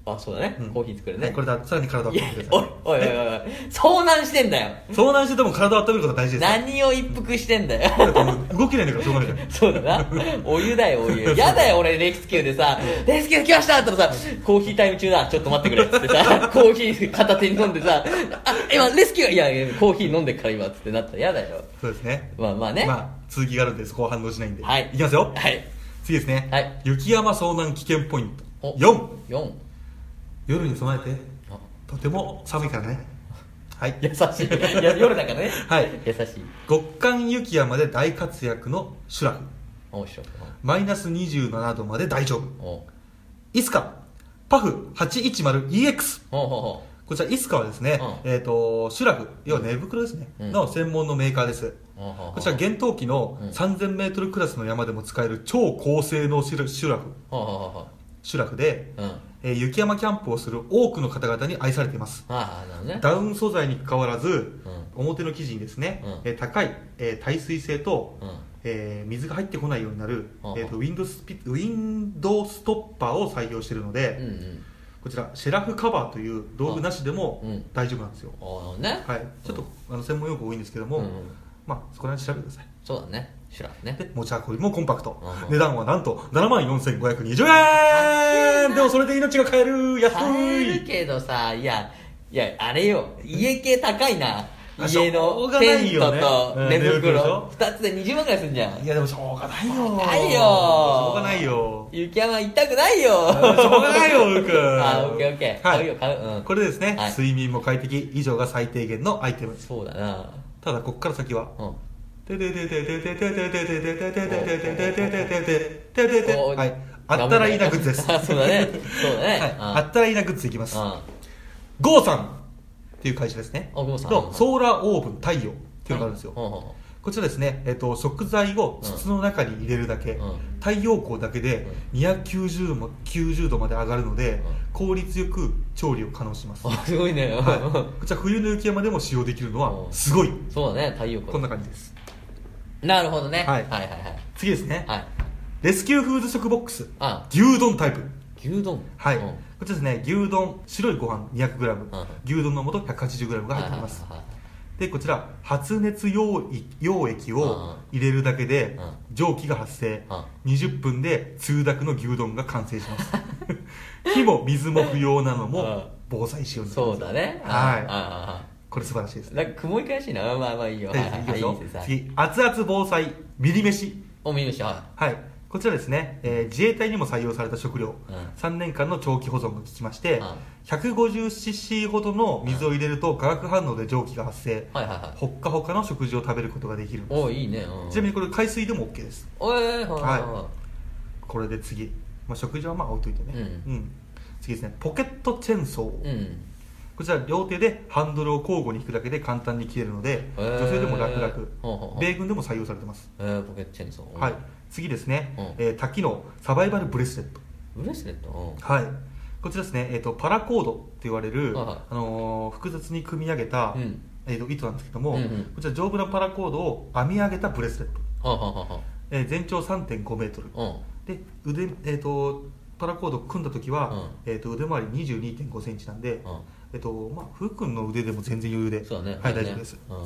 Speaker 2: あそうだね
Speaker 1: うん
Speaker 2: コーヒー作る
Speaker 1: は
Speaker 2: ね
Speaker 1: いこれでさらに体を
Speaker 2: い
Speaker 1: 温め
Speaker 2: や
Speaker 1: てくだ
Speaker 2: おい
Speaker 1: さ
Speaker 2: おいおいおいお い遭難してんだよ
Speaker 1: い遭難してても体を温めることが大事ですよ
Speaker 2: 何を一服してんだよ
Speaker 1: だってもう動けないんだからしょうがないじゃん
Speaker 2: そうだな。お湯だよ、お湯。やだよ、俺、レスキューでさ、レスキュー来ましたって言ったらさ、コーヒータイム中だ、ちょっと待ってくれっつって さ、コーヒー片手に飲んでさ、あ、今、レスキューいやいや、コーヒー飲んでっから今、つってなったらやだよ。
Speaker 1: そうですね
Speaker 2: まあまあね。
Speaker 1: まあ続きがあるんです後半動しないんで
Speaker 2: はい
Speaker 1: きますよ、
Speaker 2: はい。
Speaker 1: 次ですね、
Speaker 2: はい
Speaker 1: 雪山遭難危険ポイント
Speaker 2: お
Speaker 1: 4
Speaker 2: 4。
Speaker 1: 夜に備えて
Speaker 2: あ
Speaker 1: とても寒いからねはい
Speaker 2: 優しい。いや夜だからね。
Speaker 1: はい
Speaker 2: 優しい。
Speaker 1: 極寒雪山で大活躍のシュラフ
Speaker 2: 面白い。
Speaker 1: マイナス27度まで大丈夫
Speaker 2: おお
Speaker 1: イスカパフ 810EX
Speaker 2: ほうほ
Speaker 1: こちらイスカはですね、
Speaker 2: う
Speaker 1: えっ、とシュラフ要は寝袋ですね、
Speaker 2: うん
Speaker 1: の専門のメーカーです
Speaker 2: うほうほうほう。
Speaker 1: こちら厳冬期の
Speaker 2: うん
Speaker 1: 3000m クラスの山でも使える超高性能シュラシュラフ
Speaker 2: ほうほうほうほ
Speaker 1: シュラフで、
Speaker 2: う。うん。あ
Speaker 1: えー雪山キャンプをする多くの方々に愛されています
Speaker 2: あ、なるほどね。
Speaker 1: ダウン素材に関わらず、
Speaker 2: うん
Speaker 1: 表の生地にですね、
Speaker 2: うん
Speaker 1: えー高い、えー耐水性と、
Speaker 2: うん。
Speaker 1: えー水が入ってこないようになる、
Speaker 2: はあはあ
Speaker 1: えー、とウィンドウスピウィンドウストッパーを採用しているので、
Speaker 2: うんうん。
Speaker 1: こちらシェラフカバーという道具なしでも
Speaker 2: うん
Speaker 1: 大丈夫なんですよ、
Speaker 2: おおね。
Speaker 1: はい、ちょっと、あの専門用語多いんですけども、
Speaker 2: うんうん
Speaker 1: まあ、そこら辺調べてください
Speaker 2: そうだね。シュラフね。
Speaker 1: で持ち運びもコンパクト、
Speaker 2: うんうん
Speaker 1: 値段はなんと7万4520円でもそれで命が買える安
Speaker 2: 買える
Speaker 1: い
Speaker 2: けどさいやいやあれよ家系高いな
Speaker 1: まあ
Speaker 2: 家
Speaker 1: しょう
Speaker 2: の
Speaker 1: がな
Speaker 2: テ
Speaker 1: い
Speaker 2: ン
Speaker 1: よ
Speaker 2: ト
Speaker 1: ね
Speaker 2: と寝
Speaker 1: うん寝袋でし
Speaker 2: 袋
Speaker 1: ょ
Speaker 2: 二つで20万ぐらいすんじゃん
Speaker 1: いやでもしょうがないよしょう
Speaker 2: ないよ
Speaker 1: がないよ
Speaker 2: 雪山行きたくないよ
Speaker 1: しょうがない ようーくん
Speaker 2: あオッケーオッケー
Speaker 1: はい
Speaker 2: 買うよ買ううん
Speaker 1: これでですね、
Speaker 2: はい
Speaker 1: 睡眠も快適以上が最低限のアイテム
Speaker 2: そうだな
Speaker 1: ただここから先は
Speaker 2: うん
Speaker 1: ててててててててててててててててててててて
Speaker 2: お
Speaker 1: はいあったらいいなグッズです
Speaker 2: あ そうだねそうだね
Speaker 1: はい
Speaker 2: うん
Speaker 1: あったらいいなグッズいきます
Speaker 2: あ
Speaker 1: ゴーさんっていう会社ですね
Speaker 2: あゴーさん
Speaker 1: のソーラーオーブン太陽っていうのがあるんですよこちらですね、えっと、食材を筒の中に入れるだけ、
Speaker 2: うん
Speaker 1: 太陽光だけで290も90度まで上がるので、効率よく調理を可能します、は
Speaker 2: あすごいね
Speaker 1: い、こちら冬の雪山でも使用できるの
Speaker 2: う
Speaker 1: は
Speaker 2: ん
Speaker 1: すごい
Speaker 2: そうだね太陽
Speaker 1: こん
Speaker 2: 光
Speaker 1: な感じです
Speaker 2: なるほどね
Speaker 1: はい
Speaker 2: はいはいはい
Speaker 1: 次ですね、
Speaker 2: はい
Speaker 1: レスキューフーズ食ボックス
Speaker 2: あ
Speaker 1: 牛丼タイプ
Speaker 2: 牛丼
Speaker 1: はい、
Speaker 2: うん
Speaker 1: こちらですね牛丼白いご飯 200g、牛丼の素 180g が入っています、
Speaker 2: はいはいはいはい
Speaker 1: でこちら発熱溶液溶液を入れるだけで
Speaker 2: う
Speaker 1: 蒸気が発生
Speaker 2: うん
Speaker 1: 20分で通だくの牛丼が完成します 火も水も不要なの
Speaker 2: うん
Speaker 1: も防災仕様になって
Speaker 2: そ
Speaker 1: ま
Speaker 2: う
Speaker 1: す
Speaker 2: だね
Speaker 1: はい
Speaker 2: あ
Speaker 1: これ素晴らしいです
Speaker 2: ーあーあーなんか雲行きらしいなまあまあまあいいよ
Speaker 1: 大丈夫ですいき
Speaker 2: いいです
Speaker 1: ま
Speaker 2: は
Speaker 1: すよ次
Speaker 2: い
Speaker 1: 熱々防災ミリ飯
Speaker 2: お見ましょうは
Speaker 1: はいこちらですね、えー自衛隊にも採用された食料、
Speaker 2: うん
Speaker 1: 3年間の長期保存が効きまして、
Speaker 2: うん
Speaker 1: 150cc ほどの水を入れると化学反応で蒸気が発生、
Speaker 2: いはいはいはい
Speaker 1: ほっかほかの食事を食べることができるんです
Speaker 2: おいいねうん
Speaker 1: ちなみにこれ海水でも OK です
Speaker 2: おいおいほら
Speaker 1: はこれで次、まあ、食事はまあ置いといてね、
Speaker 2: う
Speaker 1: 次ですねポケットチェーンソー、
Speaker 2: うん
Speaker 1: こちら両手でハンドルを交互に引くだけで簡単に切れるので
Speaker 2: へー
Speaker 1: 女性でも楽
Speaker 2: ほうほうほ
Speaker 1: 々
Speaker 2: う
Speaker 1: 米軍でも採用されてます、
Speaker 2: えーポケットチェーンソー
Speaker 1: はい次ですね、
Speaker 2: うん
Speaker 1: えー多機能サバイバルブレスレット
Speaker 2: ブレスレットうん
Speaker 1: はいこちらですね、えー、とパラコードって言われる、
Speaker 2: はいはい
Speaker 1: あのー複雑に組み上げた、
Speaker 2: うん
Speaker 1: えーと糸なんですけども、
Speaker 2: うんうん
Speaker 1: こちら丈夫なパラコードを編み上げたブレスレット、
Speaker 2: はあはあは
Speaker 1: えー全長3 5メートル、
Speaker 2: あはあ
Speaker 1: で腕、えー、とパラコード組んだ時は、
Speaker 2: う
Speaker 1: えー、と腕周り2 2 5センチなんで、
Speaker 2: うん
Speaker 1: えーとまあ、福君の腕でも全然余裕
Speaker 2: う
Speaker 1: で
Speaker 2: んそうだね
Speaker 1: はい、大丈夫です、
Speaker 2: うん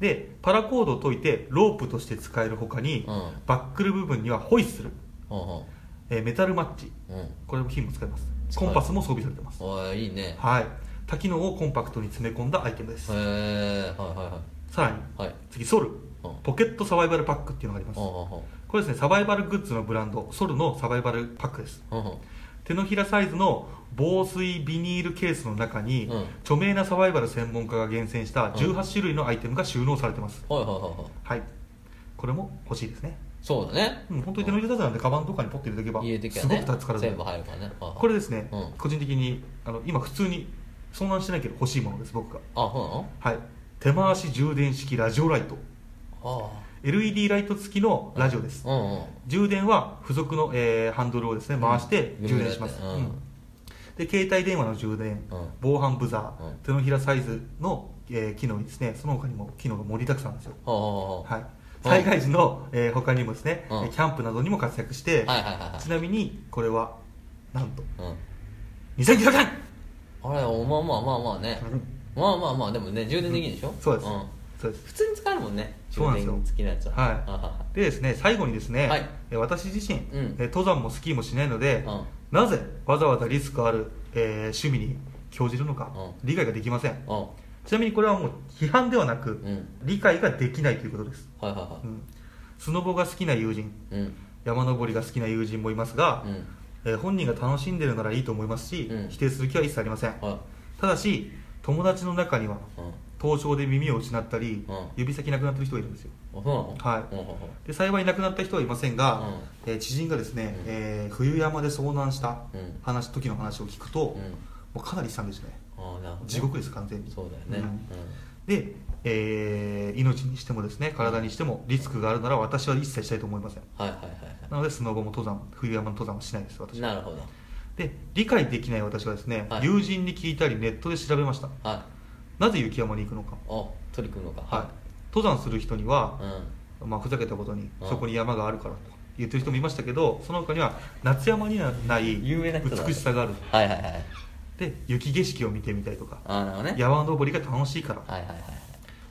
Speaker 1: でパラコードを解いてロープとして使えるほかに、
Speaker 2: うん
Speaker 1: バックル部分にはホイッスル、
Speaker 2: は
Speaker 1: えーメタルマッチ
Speaker 2: あはあうん
Speaker 1: これも火も使えます
Speaker 2: 使え
Speaker 1: コ
Speaker 2: る
Speaker 1: ンパスも装備されてます
Speaker 2: おいいいね
Speaker 1: はい多機能をコンパクトに詰め込んだアイテムです、
Speaker 2: へえはいはい
Speaker 1: さらに
Speaker 2: はいはい
Speaker 1: 次ソル
Speaker 2: うん
Speaker 1: ポケットサバイバルパックっていうのがあります
Speaker 2: はあ
Speaker 1: こ
Speaker 2: はあは
Speaker 1: れですねサバイバルグッズのブランドソルのサバイバルパックです
Speaker 2: あはあは
Speaker 1: 手のひらサイズの防水ビニールケースの中に、
Speaker 2: うん
Speaker 1: 著名なサバイバル専門家が厳選した18種類のアイテムが収納されてます、
Speaker 2: あはいはいはいはい
Speaker 1: はいこれも欲しいですね
Speaker 2: そうだね
Speaker 1: うん本当に手のひらサイズなんでカバンとかにポッて入れておけば
Speaker 2: 家的
Speaker 1: すごく助かるんで
Speaker 2: 全部入るからねはあはあ
Speaker 1: これですね、
Speaker 2: うん
Speaker 1: 個人的にあの今普通に遭難してないけど欲しいものです僕が
Speaker 2: あそうなの
Speaker 1: はい手回し充電式ラジオライト
Speaker 2: は
Speaker 1: LED ライト付きのラジオです
Speaker 2: あうんうん
Speaker 1: 充電は付属の、えーハンドルをですね回して
Speaker 2: うん
Speaker 1: 充電します、
Speaker 2: うん
Speaker 1: うんで携帯電話の充電、
Speaker 2: うん
Speaker 1: 防犯ブザー、
Speaker 2: うん
Speaker 1: 手のひらサイズの、えー機能にですねその他にも機能が盛りだくさんですよ、
Speaker 2: はあはあはあ
Speaker 1: はい、災害時の、えー他にもですね、
Speaker 2: うん
Speaker 1: キャンプなどにも活躍して、
Speaker 2: はいはいはいはい
Speaker 1: ちなみにこれはなんと
Speaker 2: うん
Speaker 1: 2900円
Speaker 2: あれおまあまあまあまあねまあまあまあでもね充電できるでしょ
Speaker 1: そうです、
Speaker 2: ん
Speaker 1: そうです
Speaker 2: 普通に使えるもんね
Speaker 1: そうなんですよ
Speaker 2: 充電付きのやつは
Speaker 1: はい
Speaker 2: あは
Speaker 1: でですね最後にですね、
Speaker 2: はい
Speaker 1: えー私自身、
Speaker 2: うん
Speaker 1: えー登山もスキーもしないので、
Speaker 2: うん
Speaker 1: なぜわざわざリスクある、えー趣味に興じるのか、
Speaker 2: う
Speaker 1: 理解ができません
Speaker 2: あ
Speaker 1: ちなみにこれはもう批判ではなく、
Speaker 2: ん
Speaker 1: 理解ができないということです、
Speaker 2: はいは
Speaker 1: うんスノボが好きな友人
Speaker 2: いはいうん
Speaker 1: 山登りが好きな友人もいますが、
Speaker 2: うん
Speaker 1: えー本人が楽しんでるならいいと思いますし、
Speaker 2: うん
Speaker 1: 否定する気は一切ありません、
Speaker 2: はい
Speaker 1: ただし友達の中には
Speaker 2: うんあ
Speaker 1: 凍傷で耳を失ったり、
Speaker 2: うん
Speaker 1: 指先なくなってる人がいるんですよ
Speaker 2: そうなの
Speaker 1: はい
Speaker 2: うんうんうん
Speaker 1: で幸い亡くなった人はいませんが、えー知人がですね、えー冬山で遭難した
Speaker 2: うん
Speaker 1: 話、時の話を聞くと、
Speaker 2: うん
Speaker 1: もうかなり悲惨ですね
Speaker 2: ああなるほどね
Speaker 1: 地獄です完全に
Speaker 2: そうだよね
Speaker 1: んで、えー命にしてもですね体にしてもリスクがあるなら私は一切したいと思いません
Speaker 2: うんはいはいはい
Speaker 1: なのでスノボも登山冬山の登山はしないです
Speaker 2: はい
Speaker 1: 私は
Speaker 2: なるほど
Speaker 1: で理解できない私はですね、
Speaker 2: はい
Speaker 1: 友人に聞いたりネットで調べました
Speaker 2: はい
Speaker 1: なぜ雪山に行くのか、
Speaker 2: あ取り組むのか
Speaker 1: はい登山する人には
Speaker 2: う、ん
Speaker 1: まあ、ふざけたことに
Speaker 2: うん
Speaker 1: そこに山があるからと言ってる人もいましたけどその他には夏山にはない
Speaker 2: 有名な人だ
Speaker 1: 美しさがある
Speaker 2: はいはいはい
Speaker 1: で雪景色を見てみたいとか
Speaker 2: ああなるほどね
Speaker 1: 山登りが楽しいから
Speaker 2: はいはいはいはい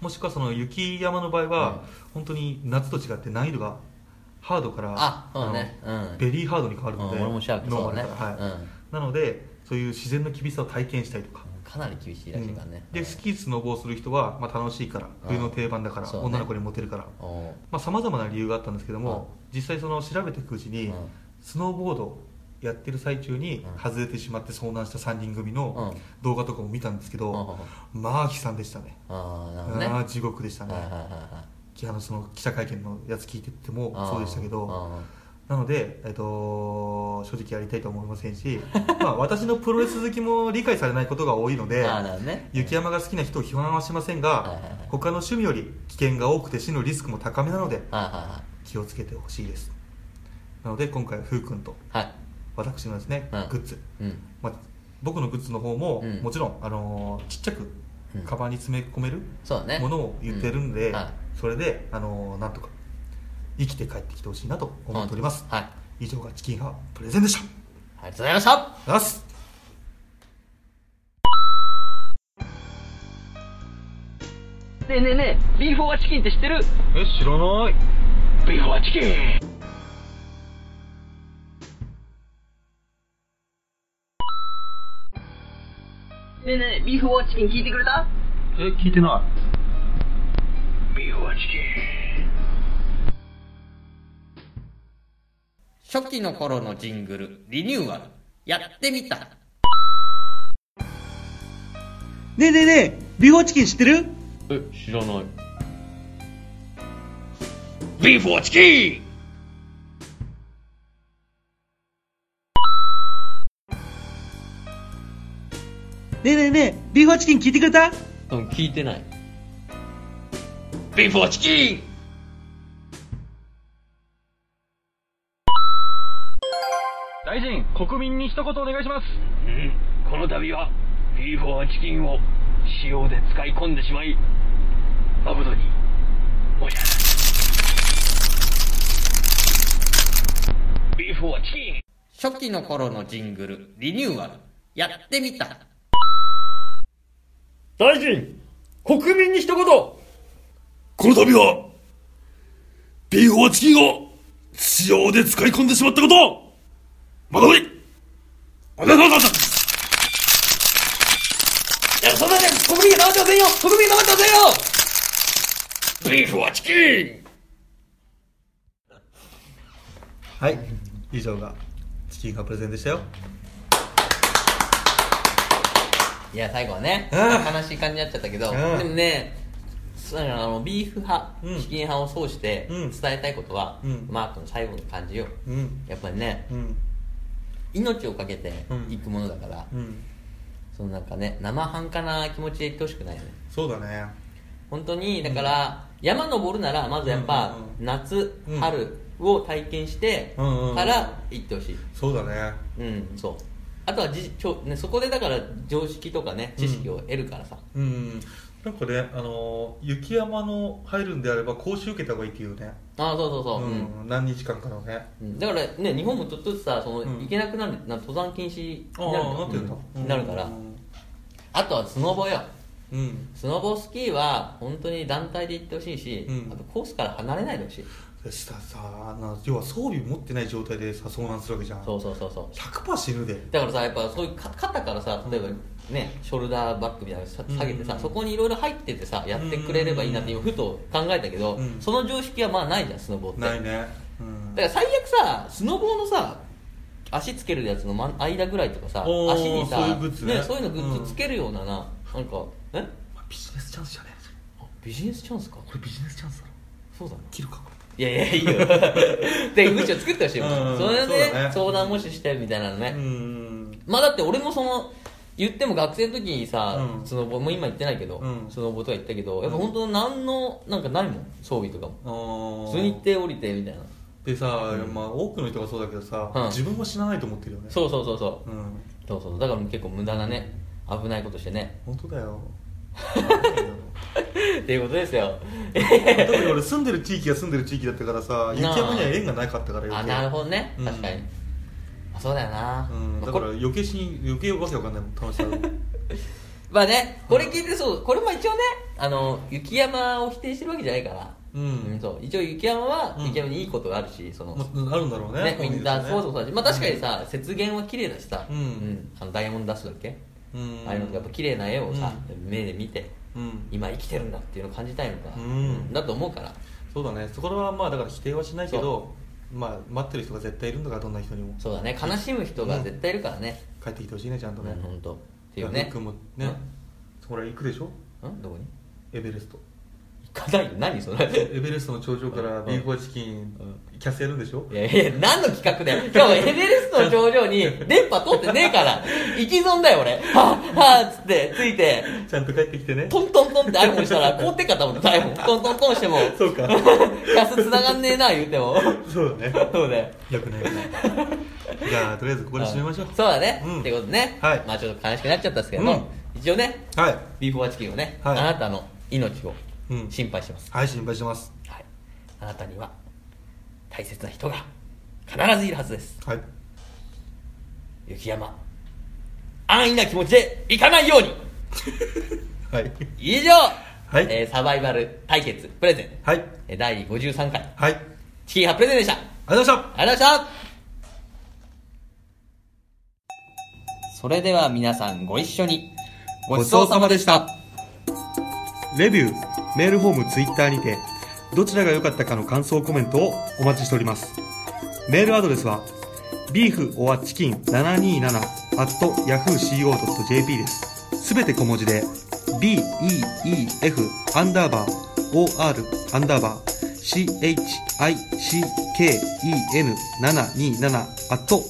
Speaker 1: もしくはその雪山の場合は、本当に夏と違って難易度がハードから
Speaker 2: あそうね
Speaker 1: の
Speaker 2: うん
Speaker 1: ベリーハードに変わるので、
Speaker 2: うん俺も調べて
Speaker 1: ノーマ
Speaker 2: そう
Speaker 1: ル
Speaker 2: だ
Speaker 1: か
Speaker 2: ね
Speaker 1: らはいなのでそういう自然の厳しさを体験したいとか、
Speaker 2: かなり厳しいらしいからね、
Speaker 1: うんでスキースノボをする人は、まあ、楽しいから冬の定番だから、
Speaker 2: そうね
Speaker 1: 女の子にモテるから
Speaker 2: おう
Speaker 1: まあさまざまな理由があったんですけども実際その調べていくうちに、
Speaker 2: うん
Speaker 1: スノーボードやってる最中に
Speaker 2: うん
Speaker 1: 外れてしまって遭難した3人組の
Speaker 2: うん
Speaker 1: 動画とかも見たんですけど、まあ悲惨でしたね
Speaker 2: ああなるほどね
Speaker 1: ああ地獄でしたね、
Speaker 2: はいはいはいはい
Speaker 1: きあのその記者会見のやつ聞いててもそうでしたけど
Speaker 2: あ
Speaker 1: なので、えっと、正直やりたいと思いませんし まあ私のプロレス好きも理解されないことが多いの
Speaker 2: ー
Speaker 1: で
Speaker 2: あーなるほどね
Speaker 1: 雪山が好きな人を批判はしませんが、
Speaker 2: はいはいはい
Speaker 1: 他の趣味より危険が多くて死のリスクも高めなので
Speaker 2: はいは
Speaker 1: 気をつけてほしいですなので今回はふうくんと
Speaker 2: いはいはい
Speaker 1: 私のですね、
Speaker 2: うん
Speaker 1: グッズ、
Speaker 2: うん
Speaker 1: まあ、僕のグッズの方も、
Speaker 2: うん
Speaker 1: もちろん、あのーちっちゃく
Speaker 2: うん
Speaker 1: カバンに詰め込める
Speaker 2: そうだね
Speaker 1: ものを言ってるんで、
Speaker 2: うんはい
Speaker 1: それで、あのーなんとか生きて帰ってきてほしいなと思っております、
Speaker 2: はいあ
Speaker 1: 以上がチキンハープレゼンでした
Speaker 2: りがとうございました
Speaker 1: ラス
Speaker 3: ねえねえねえビーフォアチキンって知ってるえ知らないビーフォアチキン
Speaker 5: ねえねえ、ビーフウォーチキン聞いてくれた
Speaker 3: え聞いてないビーフォアチキン
Speaker 2: 初期の頃のジングルリニューアルやってみた
Speaker 6: ねえねえねえ、ビーフォーチキン知ってる
Speaker 4: え、知らない。
Speaker 3: ビーフォアチキン
Speaker 6: ねえねえねえ、ビーフォーチキン聞いてくれた
Speaker 4: うん、聞いてない。
Speaker 3: ビーフォアチキン大臣国民に一言お願いしますうんこの度はビーフォアチキンを塩で使い込んでしまい誠におじゃビーフォアチキン
Speaker 2: 初期の頃のジングルリニューアルやってみた
Speaker 4: 大臣国民に一言この度は、ビーフォアチキンを、塩で使い込んでしまったこと誠に、おめでとうございます
Speaker 2: いやそんなね国民が黙ってませんよ国民が黙ってませんよ
Speaker 4: ビーフォアチキン
Speaker 1: はい以上がチキンハープレゼンでしたよ
Speaker 2: いや最後はね
Speaker 1: うん
Speaker 2: 悲しい感じになっちゃったけど
Speaker 1: ん
Speaker 2: でもねそあのビーフ派、
Speaker 1: うん
Speaker 2: チキン派を通して
Speaker 1: う
Speaker 2: 伝
Speaker 1: ん
Speaker 2: えたいことは、
Speaker 1: うん
Speaker 2: マートの最後の感じよ
Speaker 1: うん
Speaker 2: やっぱりね
Speaker 1: うん
Speaker 2: 命をかけていくものだから、
Speaker 1: うん
Speaker 2: そのなんかね生半可な気持ちで言ってほしくないよね
Speaker 1: そうだね
Speaker 2: 本当にだから、山登るならまずやっぱ、
Speaker 1: うんうん
Speaker 2: 夏
Speaker 1: うん
Speaker 2: 春を体験して
Speaker 1: うんうんうん
Speaker 2: から行ってほしい
Speaker 1: そうだね
Speaker 2: うん、そうあとはじちょ、ね、そこでだから常識とかね知識を得るからさ、
Speaker 1: うんなんかね、あのー雪山の入るんであれば講習受けた方がいいっていうね、
Speaker 2: ああそうそうそう、うん
Speaker 1: うん、何日間かのね
Speaker 2: うんだからね日本もちょっとずつさその、
Speaker 1: ん
Speaker 2: 行けなくなるな登山禁止に
Speaker 1: ああ
Speaker 2: なる
Speaker 1: なってるんだ、
Speaker 2: うんなるから、
Speaker 1: うん
Speaker 2: あとはスノボよ
Speaker 1: うん
Speaker 2: スノボスキーは本当に団体で行ってほしいし、
Speaker 1: うん
Speaker 2: あとコースから離れないでほしい
Speaker 1: そしたらさあの要は装備持ってない状態でさ遭難するわけじゃん
Speaker 2: そうそうそうそう
Speaker 1: 100%死ぬで
Speaker 2: だからさやっぱそういうか肩からさ例えばねショルダーバッグみたいなのさ下げてさ、そこにいろいろ入っててさやってくれればいいなって今ふと考えたけど、
Speaker 1: うん
Speaker 2: その常識はまあないじゃんスノボって
Speaker 1: ない
Speaker 2: だ
Speaker 1: ね、うん
Speaker 2: から最悪さスノボのさ足つけるやつの真ん間ぐらいとかさ
Speaker 1: おー
Speaker 2: 足にさ
Speaker 1: そういうグッズね
Speaker 2: そういうのグッズつけるようなな、なんかえ
Speaker 1: まあビジネスチャンスじゃね
Speaker 2: あビジネスチャンスか
Speaker 1: これビジネスチャンスだろ
Speaker 2: そうだな
Speaker 1: 切るかこ
Speaker 2: いやいやいいよ でグッズを作ってほしいもん、
Speaker 1: うん
Speaker 2: そ
Speaker 1: そ
Speaker 2: れで、
Speaker 1: うだね
Speaker 2: 相談もししてみたいなの
Speaker 1: れ
Speaker 2: ね、
Speaker 1: うん
Speaker 2: まあだって俺もその言っても学生の時にさ、
Speaker 1: うん
Speaker 2: スノボもう今言ってないけど、
Speaker 1: うん
Speaker 2: スノボとは言ったけどやっぱ本当何のなんかないもん装備とかも
Speaker 1: あー
Speaker 2: 普通に行って降りてみたいな
Speaker 1: でさ、まあ、多くの人がそうだけどさ、
Speaker 2: うん
Speaker 1: 自分は死なないと思ってるよね
Speaker 2: そうそうそうそう
Speaker 1: う、ん、
Speaker 2: そうそうだから結構無駄なね危ないことしてね
Speaker 1: 本当だ よ
Speaker 2: っていうことですよ
Speaker 1: 特に俺住んでる地域が住んでる地域だったからさ雪山には縁がなかったから
Speaker 2: あなる
Speaker 1: ほ
Speaker 2: ほどね
Speaker 1: うん
Speaker 2: 確かに、あそうだよな、
Speaker 1: うん、
Speaker 2: ま
Speaker 1: だ
Speaker 2: あ
Speaker 1: か
Speaker 2: こ
Speaker 1: ら
Speaker 2: れ
Speaker 1: 余計し余計わけわかんないもん楽し さが
Speaker 2: まあねこれ聞いてそうこれも一応ねあの雪山を否定してるわけじゃないから
Speaker 1: うん
Speaker 2: そう一応雪山は
Speaker 1: うん
Speaker 2: 雪山にいいことがあるし、その、
Speaker 1: まああるんだろうね
Speaker 2: ね、ウィンタースポーツも
Speaker 1: そ
Speaker 2: そうだし、まあ、確かにさ、雪原は綺麗だしさ、
Speaker 1: うん
Speaker 2: あのダイヤモンドダストだっけ
Speaker 1: うん
Speaker 2: あれのやっぱ綺麗な絵をさ、目で見て
Speaker 1: うん
Speaker 2: 今生きてるんだっていうのを感じたいのか、
Speaker 1: うん
Speaker 2: だと思うから
Speaker 1: そうだねそこはまあだから否定はしないけどまあ待ってる人が絶対いるんだからどんな人にも
Speaker 2: そうだね悲しむ人が絶対いるからね、
Speaker 1: 帰ってきてほしいねちゃんと
Speaker 2: う
Speaker 1: ね
Speaker 2: ん、本当ってい
Speaker 1: いうやふ
Speaker 2: ね
Speaker 1: っくんもねほら行くでしょ
Speaker 2: うんんどこに
Speaker 1: エ ベレスト
Speaker 2: 行かないよ何それ
Speaker 1: エベレストの頂上から
Speaker 2: うん
Speaker 1: ビーフォーチキンキャスやるんでしょ
Speaker 2: いやいや、何の企画だよ。今日エベレストの頂上に電波通ってねえから、生き損だよ俺。はぁ、はぁ、つって、ついて、
Speaker 1: ちゃんと帰ってきてね
Speaker 2: トントントンって iPhone したら、凍ってっかと思った iPhone。トントントンしても、
Speaker 1: そう か
Speaker 2: キャス繋がんねえな、言うても。
Speaker 1: そうだね
Speaker 2: そうだよ。
Speaker 1: よくないよねじゃあとりあえずここで締めましょう
Speaker 2: そうだね。
Speaker 1: うん
Speaker 2: ってことでね。
Speaker 1: はい
Speaker 2: まあちょっと悲しくなっちゃったんですけど、
Speaker 1: うん
Speaker 2: 一応ね、
Speaker 1: はい
Speaker 2: ビーフォアチキンをね、
Speaker 1: はい
Speaker 2: あなたの命を
Speaker 1: うん
Speaker 2: 心配してます。
Speaker 1: はい心配してます
Speaker 2: はい。あなたには、大切な人が必ずいるはずです。
Speaker 1: はい
Speaker 2: 雪山安易な気持ちで行かないように
Speaker 1: はい
Speaker 2: 以上、
Speaker 1: はい
Speaker 2: えーサバイバル対決プレゼン、
Speaker 1: はいはい
Speaker 2: えー第53回
Speaker 1: ありがとう
Speaker 2: チキンハプレゼンでした
Speaker 1: ございました
Speaker 2: ありがとうございました
Speaker 7: それでは皆さんご一緒にごちそうさまでした
Speaker 1: レビュー、メールフォーム、ツイッターにて、どちらが良かったかの感想コメントをお待ちしております。メールアドレスは、beeforchicken727-yahooco.jp です。すべて小文字で、beef アンダーバー or アンダーバー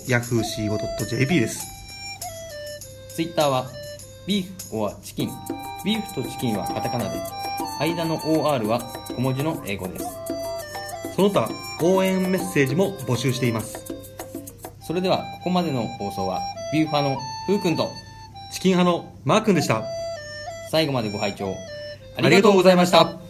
Speaker 1: chicken727-yahooco.jp です。
Speaker 7: Twitter はビーフ or チキンビーフとチキンはカタカナで間の OR は小文字の英語です
Speaker 1: その他、応援メッセージも募集しています。
Speaker 7: それではここまでの放送はビューファのふうくんと
Speaker 1: チキン派のマー君でした。
Speaker 7: 最後までご拝聴あ
Speaker 1: あり
Speaker 7: りが
Speaker 1: がと
Speaker 7: と
Speaker 1: う
Speaker 7: う
Speaker 1: ご
Speaker 7: ご
Speaker 1: ざ
Speaker 7: ざ
Speaker 1: い
Speaker 7: い
Speaker 1: ま
Speaker 7: ま
Speaker 1: し
Speaker 7: したた